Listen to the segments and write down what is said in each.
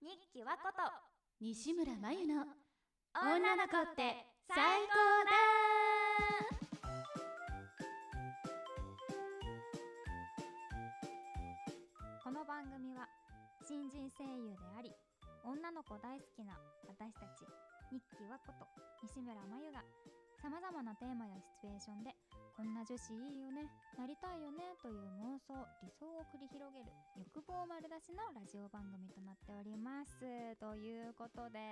日記和こと西村真由の女女のの子子っってて最最高高だこの番組は新人声優であり女の子大好きな私たち日記和こと西村真由がさまざまなテーマやシチュエーションでこんな女子いいよねなりたいよねという妄想理想を繰り広げる欲望丸出しのラジオ番組となっておりますということで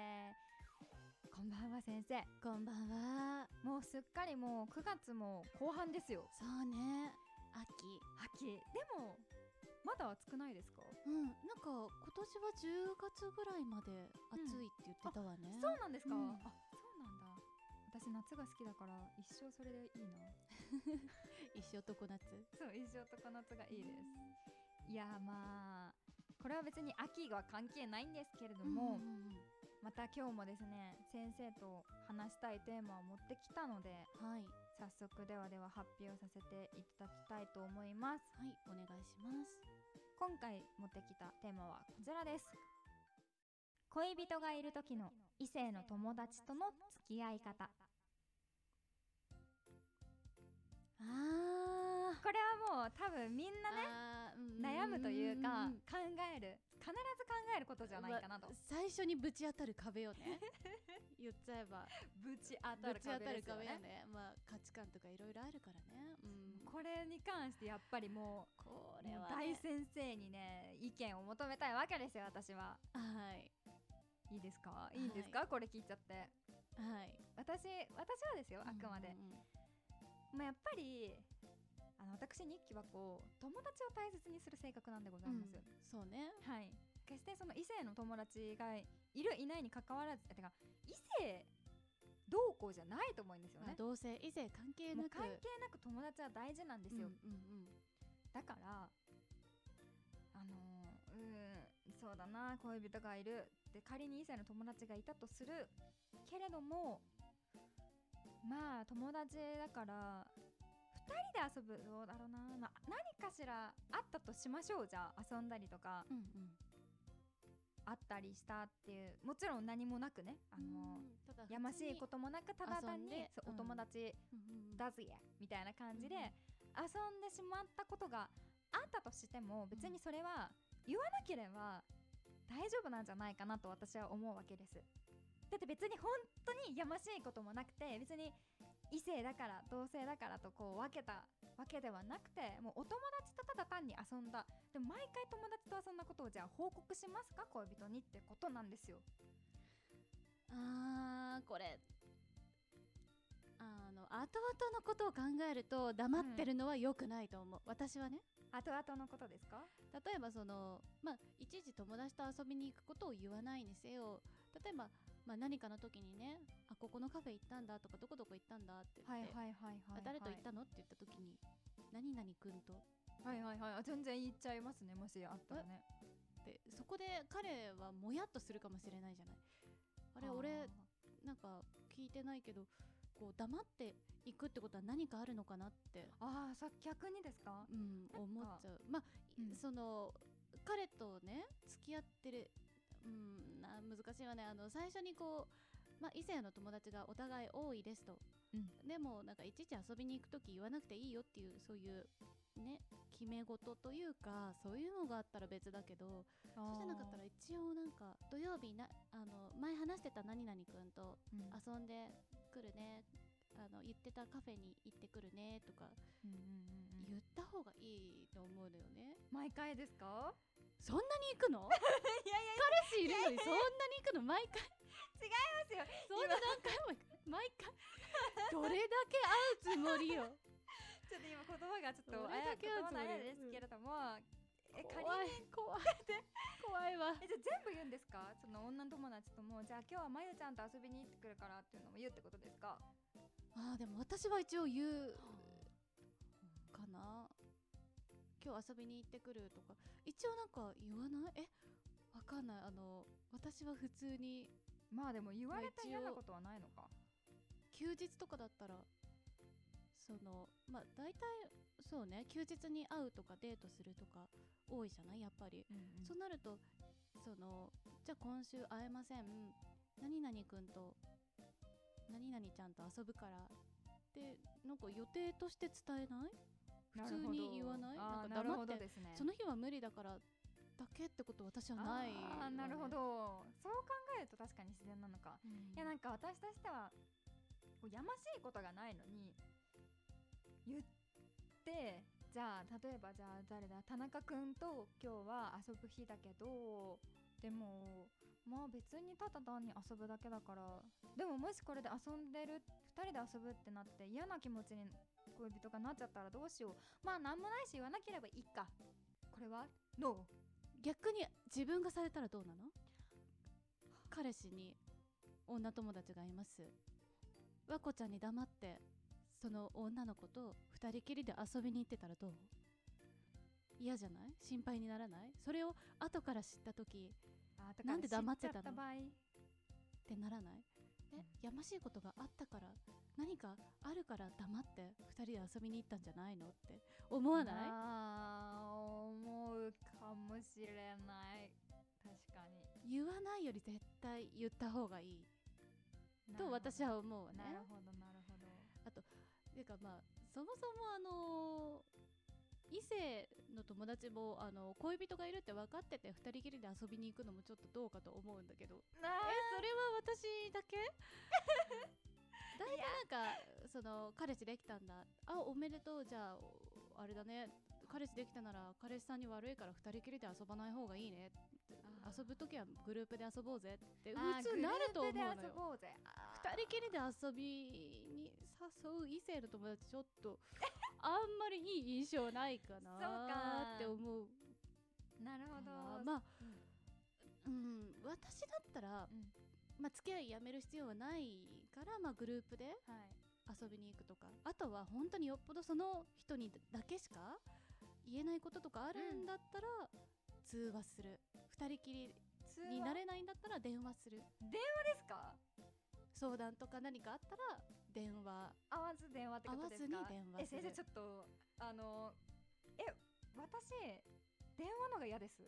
こんばんは先生こんばんはもうすっかりもう9月も後半ですよそうね秋秋でもまだ暑くないですか、うんなんか今年は10月ぐらいまで暑いって言ってたわね、そうなんですか、うんあそうなんだ私夏が好きだから一生それでいいな一生常夏そう一生とこ夏がいいですいやまあこれは別に秋が関係ないんですけれどうんも、うんうんまた今日もですね先生と話したいテーマを持ってきたのでうんはい早速ではでは発表させていただきたいと思いますはいお願いします今回持ってきたテーマはこちらです恋人がいる時の異性の友達との付き合い方あーこれはもう多分みんなねあーうんうんう悩むんといううかん考える必ず考えることじゃないかなとうわ最初にぶち当たる壁を ね言っちゃえばぶち当たぶるち当壁たでるすよ壁よねねまあ価値観とかいろいろあるからねうんこれに関してやっぱりもうこもう大先生にね意見を求めたいわけですよ私ははいいいですかいいいんですか、これ聞いちゃってはい私私はですよあくまで、うんうんうんまあ、やっぱりあの私日記はこう友達を大切にする性格なんでございます、うんそうねはい決してその異性の友達がいるいないに関わらずてか異性どうこうじゃないと思うんですよまあね同性異性関係もうなく関係なく友達は大事なんですよ、うんうんだからあのーうーんそうだな恋人がいるで仮に異性の友達がいたとするけれどもまあ友達だから2人で遊ぶどうだろうな、まあ、何かしらあったとしましょうじゃあ遊んだりとかうんうんあったりしたっていうもちろん何もなくねあのーただやましいこともなくただ単遊んにでそううおん友達普通にうんうんだぜみたいな感じでうん遊んでしまったことがあったとしても別にそれは言わなければ大丈夫なんじゃないかなと私は思うわけですだって別に本当にやましいこともなくて別に異性だから同性だからとこう分けたわけではなくてもうお友達とただ単に遊んだでも毎回友達と遊んだことをじゃあ報告しますか恋人にってことなんですよあーこれあの後々のことを考えると黙ってるのは良くないと思う、私はね後々のことですか例えばそのまあ一時友達と遊びに行くことを言わないにせよ例えば、まあ、何かの時にねあここのカフェ行ったんだとかどこどこ行ったんだって言って、はいはいはいはい、はい、あ誰と行ったのって言った時に何々くんとはいはいはいあ全然言っちゃいますねもしあったらねってそこで彼はもやっとするかもしれないじゃないあれ俺ーなんか聞いてないけどこう黙っていくってことは何かあるのかなって、あーさ逆にですかうん、か思っちゃうまあ、ういんその彼とね付き合ってる、うん、な難しいわねあの最初にこう、まあ、異性の友達がお互い多いですと、うんでもなんかいちいち遊びに行く時言わなくていいよっていうそういうね決め事というかそういうのがあったら別だけど、そうじゃなかったら一応なんか土曜日なあの前話してた何々くんとうん遊んでくるねあの言ってたカフェに行ってくるねとかうんうんうんうん言った方がいいと思うのよね、毎回ですかそんなに行くのいやいや彼 氏いるのにそんなに行くの毎回いますよそんな何回も行く毎回 どれだけ会うつも りよちょっと今言葉がちょっとどあやれだけ言葉のああやるつでもりすけれども、え仮怖いに怖い怖いわえじゃあ全部言うんですかその女友達ともじゃあ今日はまゆちゃんと遊びに行ってくるからっていうのも言うってことですか あーでも私は一応言うかな今日遊びに行ってくるとか一応なんか言わないえわかんないあの私は普通にまあでも言われまあた一嫌応なことはないのか休日とかだったらそのまあ大体そうね休日に会うとかデートするとか多いじゃないやっぱり、うんうんそうなるとそそのじゃあ今週会えません何々くんと何々ちゃんと遊ぶからってなんか予定として伝えない普通に言わないあーななんるほどか黙って、ですねその日は無理だからだけってことは私はない、あーなるほ、どそう考えると確かに自然なのかういんやなんか私としてはこうやましいことがないのに言ってじゃあ例えばじゃあ誰だ田中君と今日は遊ぶ日だけどでもまあ別にただ単に遊ぶだけだからでももしこれで遊んでる2人で遊ぶってなって嫌な気持ちに恋人がなっちゃったらどうしようまあなんもないし言わなければいいかこれはノ逆に自分がされたらどうなの彼氏に女友達がいます和子ちゃんに黙ってその女の子と二人きりで遊びに行ってたらどう嫌じゃない心配にならないそれを後から知った時ーあーだなんで黙ってたの知ちゃ場合ってならないえやましいことがあったから何かあるから黙って二人で遊びに行ったんじゃないのって思わないあー思うかもしれない確かに言わないより絶対言った方がいい と私は思うわねなるほどなるほどてかまあそもそもあのー異性の友達もあの恋人がいるって分かってて二人きりで遊びに行くのもちょっとどうかと思うんだけどなえそれは私 だけ大体なんかその彼氏できたんだあおめでとうじゃあおあれだね彼氏できたなら彼氏さんに悪いから二人きりで遊ばない方がいいねあー遊ぶ時はグループで遊ぼうぜってあー普通なると思グループで遊ぼうのようぜあー二人きりで遊びに誘う異性の友達ちょっ とあんまりいい印象ないかそうかなって思うなるほかどらまあううん私だったら、うんまあ、付き合いやめる必要はないから、まあ、グループでんはい遊びに行くとかあとは本当によっぽどその人にだけしか言えないこととかあるんだったら、通話する二人きり通にな話れないんだったら電話するですか相談とか何かあったら電話合わず電話ってことですか合わずに電話えする先生ちょっとあのえ私電話のが嫌です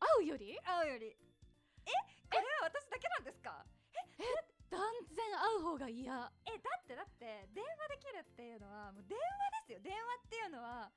会うより会うよりえこれは私だけなんですか断然会う方が嫌えだってだって電話できるっていうのはもう電話ですよ電話っていうのは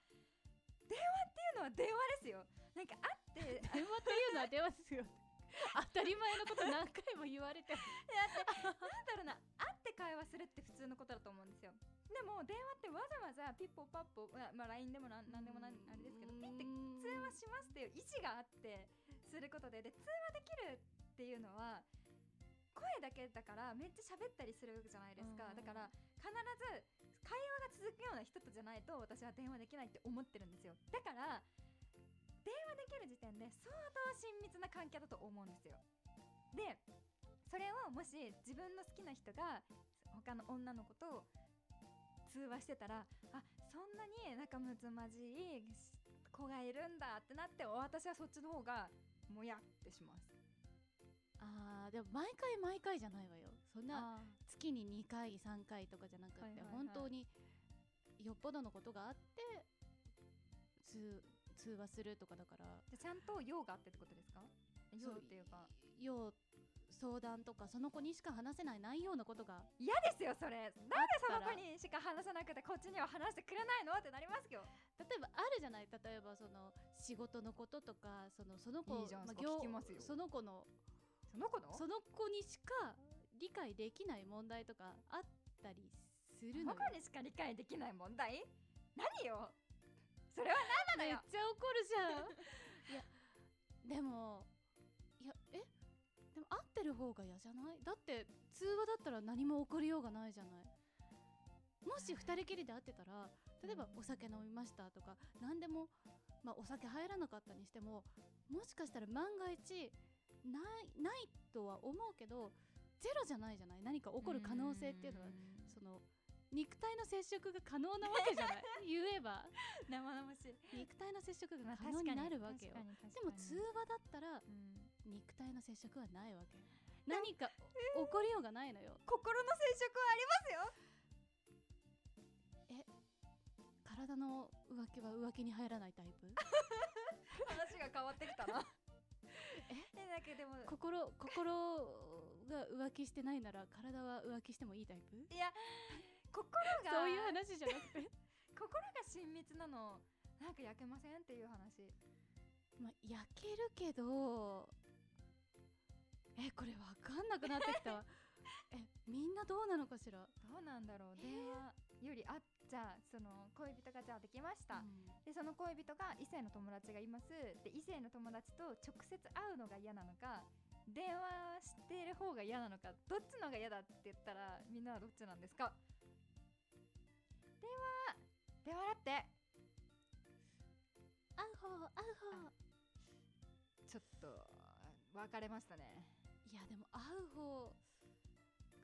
電話っていうのは電話ですよなんかあって 電話っていうのは電話ですよ 当たり前のこと何回も言われてなんだろうな会って会話するって普通のことだと思うんですよでも電話ってわざわざピッポパッポ、まあまあ、LINE でもなんなんでもなんあれですけどピッて通話しますっていう意思があってすることでで通話できるっていうのは声だけだからめっちゃ喋ったりするじゃないですかうんだから必ず会話が続くような人とじゃないと私は電話できないって思ってるんですよだから電話できる時点で相当親密な関係だと思うんですよでそれをもし自分の好きな人が他の女の子と通話してたらあそんなに仲睦まじい子がいるんだってなって私はそっちの方がもやってしますあーでも毎回毎回じゃないわよそんなあ月に2回3回とかじゃなくて、はいはいはい本当によっぽどのことがあって通通話するとかだからじゃあちゃんと用があってってことですか用っていうかそ要相談とかその子にしか話せない内容のことが嫌ですよそれなんでそあの子ったらにしか話さなくてこっちには話してくれないのってなりますよ例えばあるじゃない例えばその仕事のこととかそのそのい子いじゃんそこ業聞きますよその子のその子のその子にしか理解できない問題とかあったりするそののよ子にしか理解できない問題何よそれは何なのめっよちゃ怒る じゃんいやでもいやえでも会ってる方が嫌じゃないだって通話だったら何も起こりようがないじゃないもし2人きりで会ってたら例えばうんお酒飲みましたとか何でも、まあ、お酒入らなかったにしてももしかしたら万が一ないないとは思うけどゼロじゃないじゃない何か起こる可能性っていうのはんその肉体の接触が可能なわけじゃ ない言えば生々しい肉体の接触まがあ可能になるわけよ確かに確でかもに通話だったらうん肉体の接触はないわけ何か起こりようがないのよ心の接触はありますよ体の浮気は浮気に入らないタイプ 話が変わってきたなやでも心心が浮気してないなら体は浮気してもいいタイプいや心がそういう話じゃな くて心が親密なのなんか焼けませんっていう話まあ焼けるけどえこれわかんなくなってきた わえみんなどうなのかしら、どうなんだろう電話よりあじゃあその恋人がじゃあできました、うんでその恋人が異性の友達がいますで異性の友達と直接会うのが嫌なのか電話してる方が嫌なのかどっちのが嫌だって言ったらみんなはどっちなんですか電話電話だって会う方会う方ちょっと分かれましたねいやでも会う方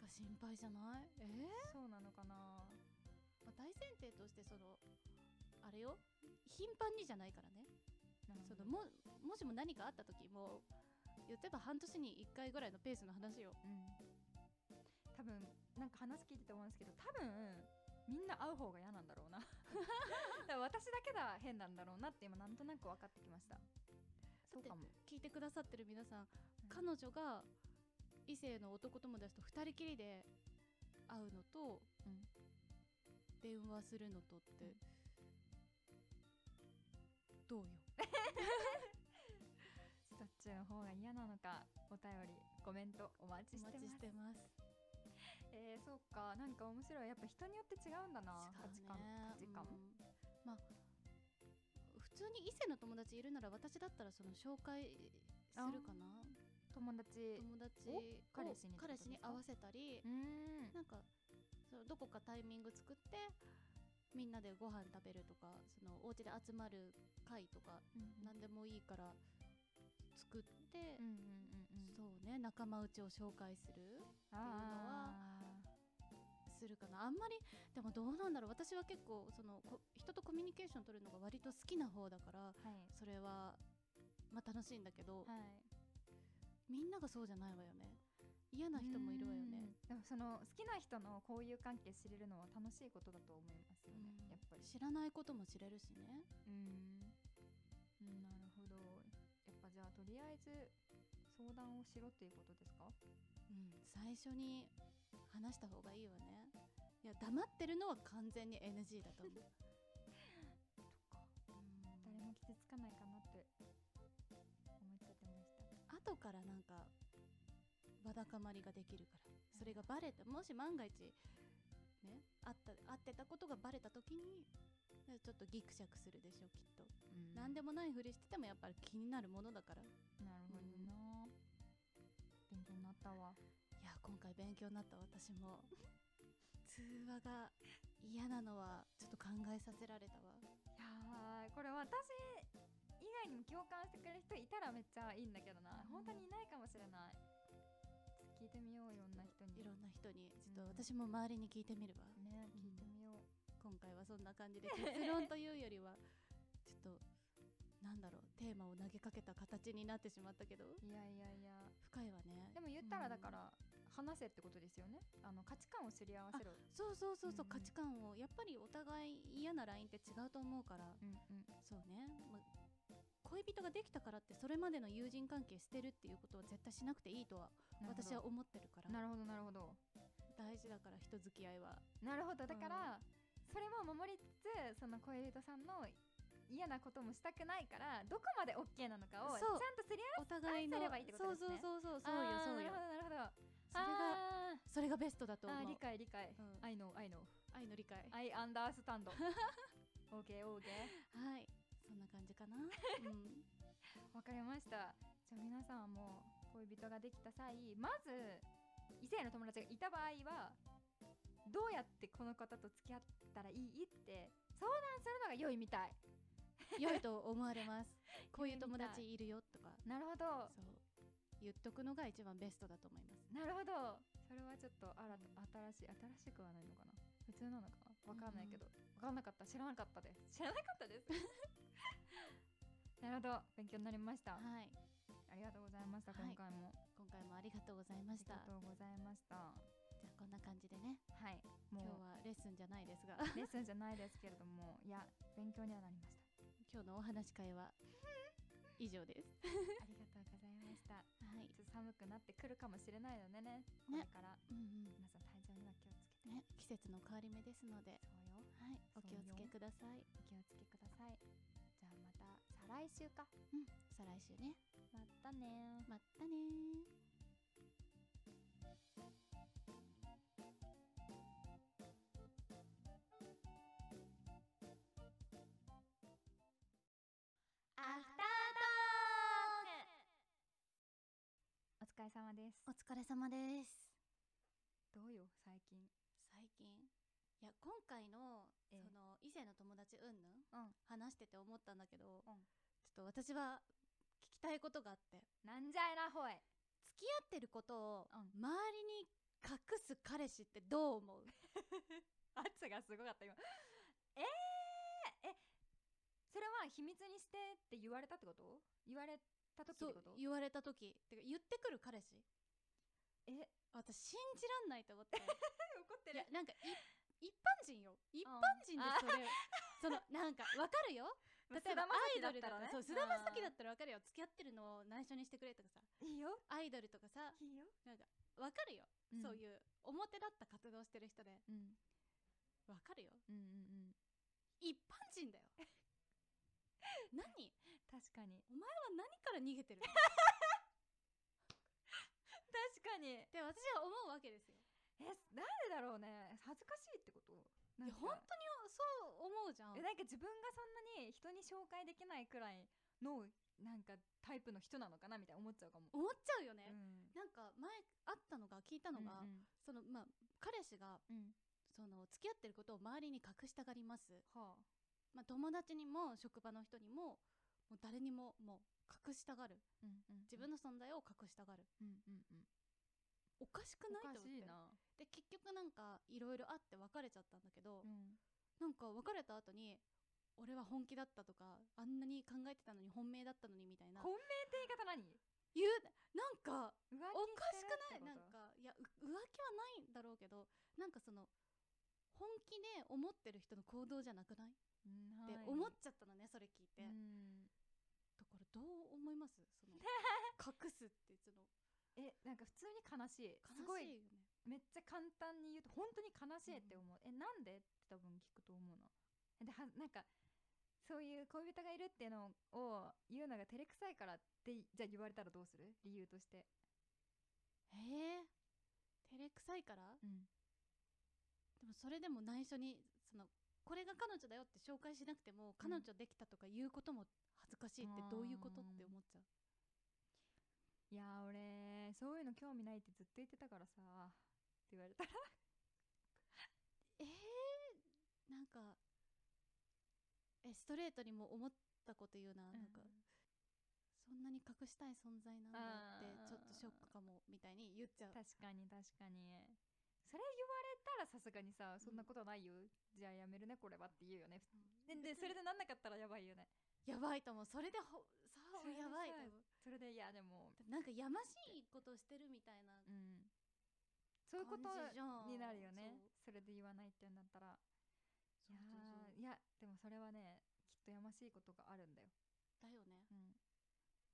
が心配じゃないえーそうなのかなまあ、大前提としてそのあれよ頻繁にじゃないからねそのももしも何かあった時も言ってば半年に1回ぐらいのペースの話ようん多分なんか話聞いてて思うんですけど多分みんな会う方が嫌なんだろ うなだから私だけだ変なんだろうなって今なんとなく分かってきましたそうかも聞いてくださってる皆さん、彼女が異性の男友達と2人きりで会うのと、うん電話するのとって、うんどうよどっちの方が嫌なのかお便りコメントお待おちしてま待すちしてますえー、そうかなんか面白いやっぱ人によって違うんだな価値観価値観、うんまあ普通に異性の友達いるなら私だったらその紹介するかな友達友達おを彼氏にってこと彼ですか氏に合わせたりうーんなんかそのどこかタイミング作ってみんなでご飯食べるとかそのお家で集まる会とかうん何でもいいから作っうてんう、んうんうんそうね仲間内を紹介するあーするかなあんまりでもどうなんだろう私は結構そのこ人とコミュニケーション取るのが割と好きな方だかはらいそれはまあ楽しいんだけど、はいみんながそうじゃないわよね嫌な人もいるわようん。ねでもその好きな人の交友関係知れるのは楽しいことだと思いますよね。うんやっぱり。知らないことも知れるしねうん。うんなるほど。やっぱじゃあとりあえず相談をしろっていうことですか？うん、最初に話した方がいいわねいや黙ってるのは完全に NG だと思ううん誰も傷つかないかなって思っちゃってました。後からなんかわだかまりができるからそれがバレたもし万が一ねあった会ってたことがバレた時にちょっとギクシャクするでしょきっと、うん何でもないふりしててもやっぱり気になるものだからいなるほどな。勉強になったわ。や今回勉強になった私 も通話が嫌なのはちょっと考えさせられたわいやーこれ私以外にも共感してくれる人いたらめっちゃいいんだけどな、うん本当にいないかもしれない聞いてみよういろんな人にいろんな人にちょっうんと私も周りに聞いてみるわ、ねうん聞いてみよう、今回はそんな感じで結論というよりはちょっとなんだろうテーマを投げかけた形になってしまったけどいやいやいや深いわねでも言ったらだかうんら話せってことですよねあの価値観をすり合わせろそうそうそうそう、うんうん価値観をやっぱりお互い嫌な LINE って違うと思うからうんうんそうね、ま恋人ができたからってそれまでの友人関係捨てるっていうことは絶対しなくていいとはなるほど私は思ってるからなるほどなるほど大事だから人付き合いはなるほどだから、それも守りつつその恋人さんの嫌なこともしたくないからどこまで OK なのかをちゃんそうとすりお互いの愛せればいいってことですねそうそうそうそう合そうわせよそなうよるほどなるほどそれがあーそれがベストだと思あうー理解理解、うん I know I know 愛の理解は I understand OK OK いそんな感じかな、うん、わかりましたじゃあ皆さんも恋人ができた際まず異性の友達がいた場合はどうやってこの方と付き合ったらいいって相談するのが良いみたい良いと思われます こういう友達いるよとかなるほどそう言っとくのが一番ベストだと思いますなるほどそれはちょっと新た新しい新しくはないのかな普通なのかなわかんないけどわかんなかった知らなかったです知らなかったですなるほど勉強になりましたはいありがとうございました、はい今回も今回もありがとうございまあしりたがとうございましたじゃあこんな感じでねはい今日もはレッスンじゃないで すがうレッスンじゃないですけれどもいや勉強にはなりま した 今日のお話し会は以上ですありがとうございましたはいってくるかもしれないよねねこれねからうんうん皆さん体調には気をつけてね、季節の変わり目ですので、そうよはい、お気をつけください。お気をつけくださいじゃあまた再来週かうん、再来週ね。またねーまったねー。アフタートークお疲れ様ですお疲れ様です。どうよ最近最近いや今回のええその異性の友達うんぬんうん話してて思ったんだけうんど、ちょっと私は聞きたいことがあってなんじゃいなほい付き合ってることをうん周りに隠す彼氏ってどう思う圧がすごかった今えー、えそれは秘密にしてって言われたってこと言われた時ってそうこと言われた時てか言ってくる彼氏え怒私信じら んないと思ってっていやるなんかい一般人よ一般人でそれをそのなんかわかるよ ま例あえばアイ菅田将暉だったらドルだったねらそう菅田将暉だったらわかるよ付き合ってるのを内緒にしてくれとかさいいよアイドルとかさいいよ、わかるよ、んそういう表だった活動してる人でうんわかるようんうんうん一般人 だよ何確かにお前は何から逃げてるのっ確かにて私は思うわけですよえなんでだろうね恥ずかしいってこといなんやか本当にそう思うじゃんえなんか自分がそんなに人に紹介できないくらいのなんかタイプの人なのかなみたいな思っちゃうかも。思っちゃうよね、うんなんか前あったのが聞いたのが、うんそのまあ彼氏がうんうんその付き合ってることを周りに隠したがります、はあ、まあ、友達にも職場の人にももう誰にももう隠したがるうんうん、自分の存在を隠したがる、うんうんうん、おかしくおないかと思っしていな、で結局なんかいろいろあって別れちゃったんだけど、ん、なんか別れた後に俺は本気だったとかあんなに考えてたのに本命だったのにみたいな本命って言い方何浮言うなんか気してるおかしくってないことなんかいやう浮気はないんだろうけどなんかその本気で思ってる人の行動じゃなくないうんってはい思っちゃったのねそれ聞いて、うんだからどう思いますそ の隠すってそのえなんか普通に悲しいすご悲しいいよねめっちゃ簡単に言うと本当に悲しいって思う、えなんでって多分聞くと思うなではなんかそういう恋人がいるっていうのを言うのが照れくさいからってじゃあ言われたらどうする理由としてえー、照れくさいからうんでもそれでも内緒にそのこれが彼女だよって紹介しなくても彼女できたとか言うことも恥ずかしいってどういうことって思っちゃう、いやー俺そういうの興味ないってずっと言ってたからさって言われたらえー、なんかえストレートにも思ったこと言うな,、なんかそんなに隠したい存在なんだってあーちょっとショックかもみたいに言っちゃう確かに確かにそれ言われたらさすがにさそんなことないよ、じゃあやめるねこれはって言うよねででそれでなんなかったらやばいよねやばいと思うそれでほそれそうでさやばいと思そうれでいやでもなんかやましいことしてるみたいなうんそういうこと感じじゃんになるよねそれで言わないってなったらいやそうそうそうーいやでもそれはねきっとやましいことがあるんだよ、だよねう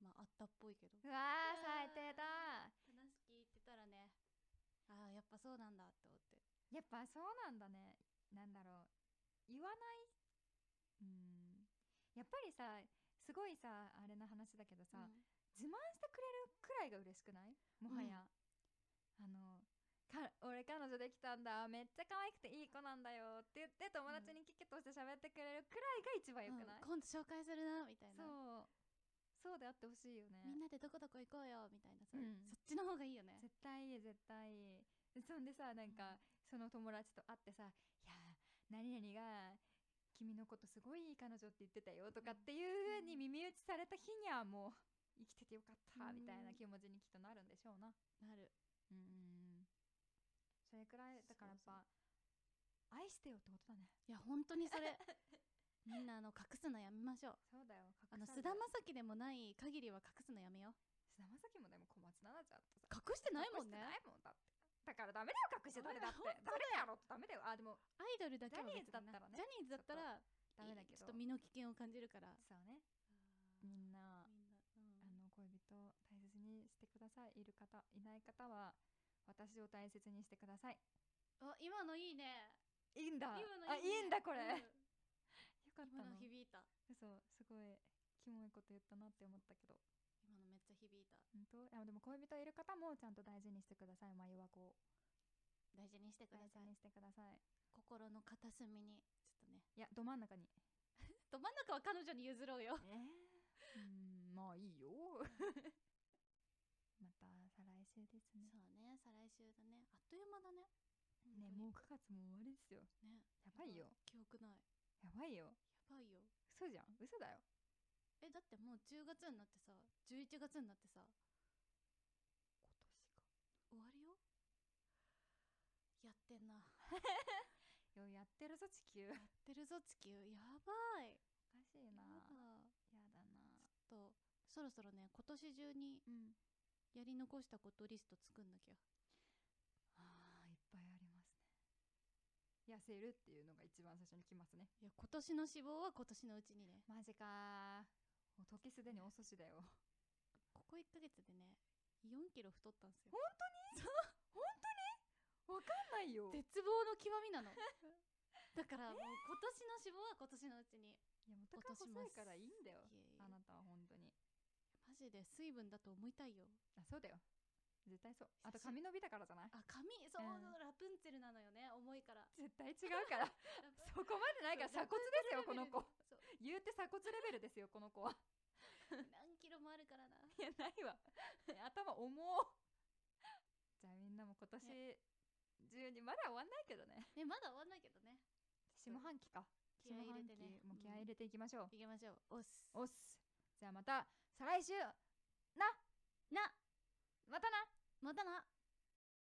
ん、まああったっぽいけどうわー最ー低最低だ話聞いてたらねああやっぱそうなんだって思ってやっぱそうなんだねなんだろう言わないうんやっぱりさすごいさあれの話だけどさ、さ、自慢してくれるくらいが嬉しくないもはや、あのか俺彼女できたんだめっちゃ可愛くていい子なんだよって言って友達にキキとして喋ってくれるくらいが一番よくない、今度紹介するなみたいなそうそうであってほしいよねみんなでどこどこ行こうよみたいなうさ、んそっちの方がいいよね絶対いい絶対いいそんでさなんか、その友達と会ってさ「いやー何々が君のことすごいいい彼女って言ってたよ」とかっていう風に耳打ちされた日にはもう生きててよかったみたいな気持ちにきっとなるんでしょうな。なるうんうんうんそれくらいだからやっそうぱ愛してよってことだねいや本当に それみんなあの隠すのやめましょうそうだよあの隠さず菅田将暉でもない限りは隠すのやめよう菅田将暉もでも小松菜奈ちゃんとさ隠してないもんね隠してないもんだってだからダメだよ隠して誰だってダメだ誰だやろってダメだよあでもアイドルだけはジャニー別ズにだなったらねジャニーズだったらダメだけどちょっと身の危険を感じるからそうねみんなみんな、うんあの恋人大切にしてくださいいる方いない方は私を大切にしてくださいあ今のいいねいいんだ今のいいねあいいんだこれ、うよんかった今のの響いた嘘すごいキモいこと言ったなって思ったけど今のめっちゃ響いた本当あでも恋人いる方もちゃんと大事にしてください迷惑を大事にしてくだ大さ事いにしてください心の片隅にちょっとねいやど真ん中にど真ん中は彼女に譲ろうよえー、うんまあ いいよまた再来週ですねそうね再来週だねあっという間だねねもう9月も終わりですようねやばいよ記憶ないやばいよやばいよ嘘じゃん嘘だよえだってもう10月になってさ11月になってさ今年か終わるよやってんな やいややってるぞ地球おかってるぞ地球やばいしいやなだやだなとそろそろね今年中にうんやり残したことリスト作んなきゃあーいっぱいありますね痩せるっていうのが一番最初に来ますねいや今年の志望は今年のうちにねマジかーもう時すでに遅しだよここ1ヶ月でね4キロ太ったんですよわかんないよい絶望の極みな のだからもう今年の志望は今年のうちにや元から細いからいいんだよいやいやあなたは本当にマジで水分だと思いたいよあそうだよ絶対そうあと久しぶ髪伸びたからじゃないあ髪そう、うんラプンツェルなのよね重いから 絶対違う からそこまでないから鎖骨ですよこの子そう言うて鎖骨レベルですよこの子は何キロもある からないやない わ頭重じゃあみんなも今年中にまだ終わんないけどねねまだ終わんないけどね下半期か気合い入れて下半ね期もう気合い入れていきましょう、いきましょうおっすおっすじゃあまた再来週ななまたなまたな